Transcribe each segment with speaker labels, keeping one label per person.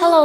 Speaker 1: Hello，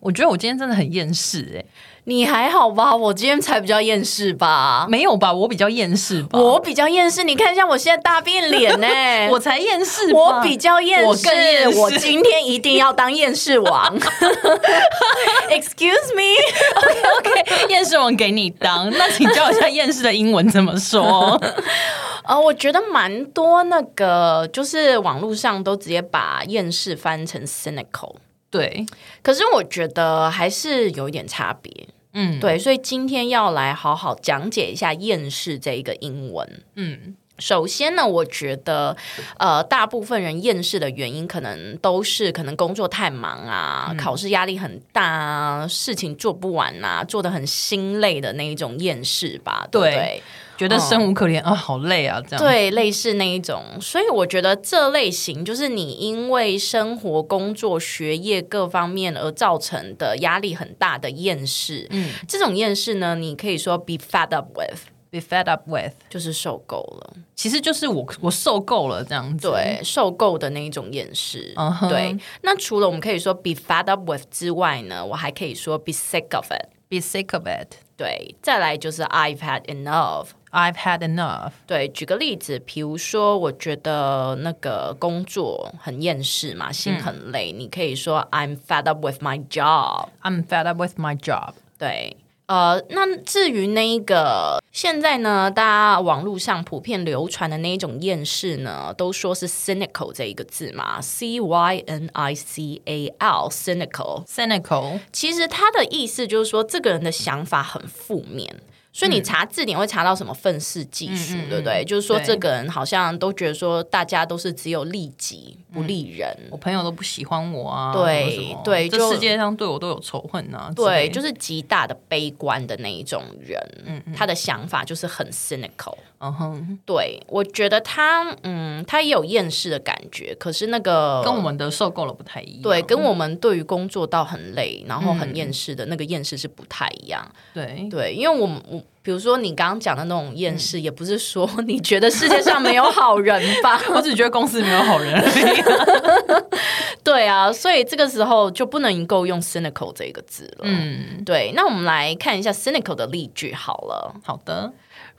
Speaker 2: 我觉得我今天真的很厌世哎、
Speaker 1: 你还好吧？我今天才比较厌世吧。
Speaker 2: 没有吧？我比较厌世吧？
Speaker 1: 我比较厌世，你看一下我现在大变脸 呢、
Speaker 2: 我才厌世吧，
Speaker 1: 我比 较厌世，
Speaker 2: 我更厌世
Speaker 1: 我今天一定要当厌世王。Excuse me，
Speaker 2: OK 厌世王给你当，那请教一下厌世的英文怎 么说？
Speaker 1: 呃，我觉得蛮多那个，就是网络上都直接把厌世翻成 cynical，
Speaker 2: 对，
Speaker 1: 可是我觉得还是有一点差别。
Speaker 2: 嗯，
Speaker 1: 对，所以今天要来好好讲解一下厌世这一个英文。
Speaker 2: 嗯，
Speaker 1: 首先呢，我觉得，呃，大部分人厌世的原因，可能都是可能工作太忙啊，考试压力很大啊，事情做不完啊，做的很心累的那一种厌世吧，对不对
Speaker 2: 对？觉得生无可恋、啊，好累啊，这样。
Speaker 1: 对，类似那一种，所以我觉得这类型就是你因为生活、工作、学业各方面而造成的压力很大的厌世。嗯，这种厌世呢，你可以说 be fed up with，
Speaker 2: ，be fed up with，
Speaker 1: 就是受够了。
Speaker 2: 其实就是我我受够了这样子。，
Speaker 1: 对，受够的那一种厌世。
Speaker 2: 嗯哼
Speaker 1: 对，那除了我们可以说 be fed up with 之外呢，我还可以说 be sick of it。
Speaker 2: be sick of it。
Speaker 1: 对，再来就是 I've had enough。
Speaker 2: I've had enough。
Speaker 1: 对，举个例子，比如说，我觉得那个工作很厌世嘛，心很累，你可以说 I'm fed up with my job。
Speaker 2: I'm fed up with my job。
Speaker 1: 对。呃，那至于那一个现在呢，大家网络上普遍流传的那一种厌世呢，都说是 cynical 这一个字嘛，c y n i c a l cynical。
Speaker 2: Cynical。
Speaker 1: 其实它的意思就是说，这个人的想法很负面。所以你查字典会查到什么愤世嫉俗，对不嗯对？就是说
Speaker 2: 对
Speaker 1: 这个人好像都觉得说大家都是只有利己不利人，
Speaker 2: 我朋友都不喜欢我啊，
Speaker 1: 对
Speaker 2: 什么什么
Speaker 1: 对
Speaker 2: 这
Speaker 1: 就
Speaker 2: 世界上对我都有仇恨啊，之类
Speaker 1: 对，
Speaker 2: 的
Speaker 1: 就是极大的悲观的那一种人。他的想法就是很 cynical。
Speaker 2: 嗯哼，
Speaker 1: 对我觉得他，嗯，他也有厌世的感觉，可是那个
Speaker 2: 跟我们的受够了不太一样，
Speaker 1: 对跟我们对于工作到很累，然后很厌世的、那个厌世是不太一样。
Speaker 2: 对
Speaker 1: 对，因为我们我比如说你刚刚讲的那种厌世，也不是说 你觉得世界上没有好人吧？
Speaker 2: 我只觉得公司没有好人而已。
Speaker 1: 对啊，所以这个时候就不能够用 cynical 这个字了。
Speaker 2: 嗯，
Speaker 1: 对，那我们来看一下 cynical 的例句好了。
Speaker 2: 好的。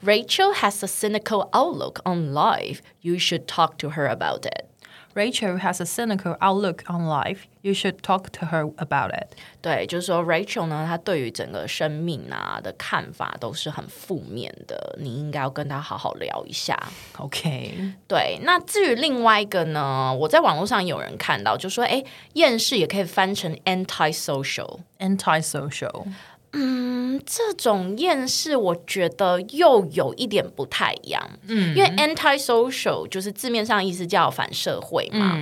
Speaker 1: Rachel has a cynical outlook on life. You should talk to her about it.
Speaker 2: Rachel has a cynical outlook on life. You should talk to her about it.
Speaker 1: 对，就是说 Rachel 呢，她对于整个生命啊的看法都是很负面的，你应该要跟她好好聊一下。
Speaker 2: OK，
Speaker 1: 对，那至于另外一个呢，我在网络上有人看到就说，哎，厌世也可以翻成 antisocial。
Speaker 2: antisocial。
Speaker 1: 嗯，这种厌世我觉得又有一点不太一样，嗯，因为 antisocial 就是字面上意思叫反社会嘛。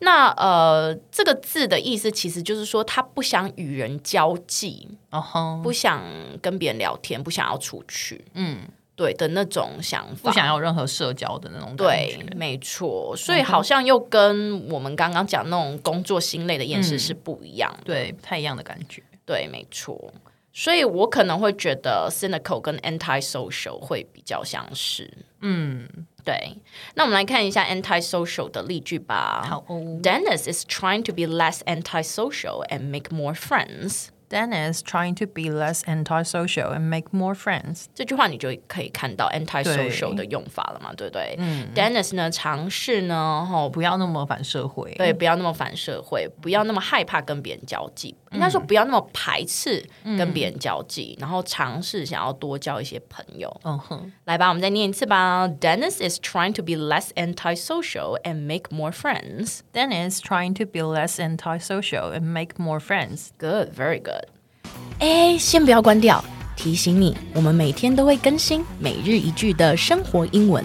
Speaker 1: 那呃，这个字的意思其实就是说他不想与人交际，
Speaker 2: 哦吼，
Speaker 1: 不想跟别人聊天，不想要出去，嗯，对的那种想法，
Speaker 2: 不想要任何社交的那种感
Speaker 1: 对
Speaker 2: 觉。，
Speaker 1: 没
Speaker 2: 嗯
Speaker 1: 错，所以好像又跟我们刚刚讲那种工作心累的厌
Speaker 2: 嗯
Speaker 1: 世是不一样。
Speaker 2: 对，不太一样的感觉。
Speaker 1: 对，没错。所以我可能会觉得 cynical 跟 antisocial 会比较相似。嗯，对。那我们来看一下 antisocial 的例句吧。
Speaker 2: 好哦
Speaker 1: Dennis is trying to be less antisocial and make more friends。
Speaker 2: Dennis trying to be less antisocial and make more friends.
Speaker 1: 这句话你就可以看到 antisocial 的用法了嘛，对不对、d
Speaker 2: 嗯
Speaker 1: e n n i s 呢尝试呢，吼、
Speaker 2: 不要那么反社会。
Speaker 1: 对，不要那么反社会，不要那么害怕跟别人交际，应该说不要那么排斥跟别人交际，然后尝试想要多交一些朋友。
Speaker 2: 嗯哼，
Speaker 1: 来吧，我们再念一次吧。Dennis is trying to be less antisocial and make more friends.
Speaker 2: Dennis trying to be less antisocial and make more friends.
Speaker 1: Good, very good. 哎，先不要关掉，提醒你，我们每天都会更新每日一句的生活英文，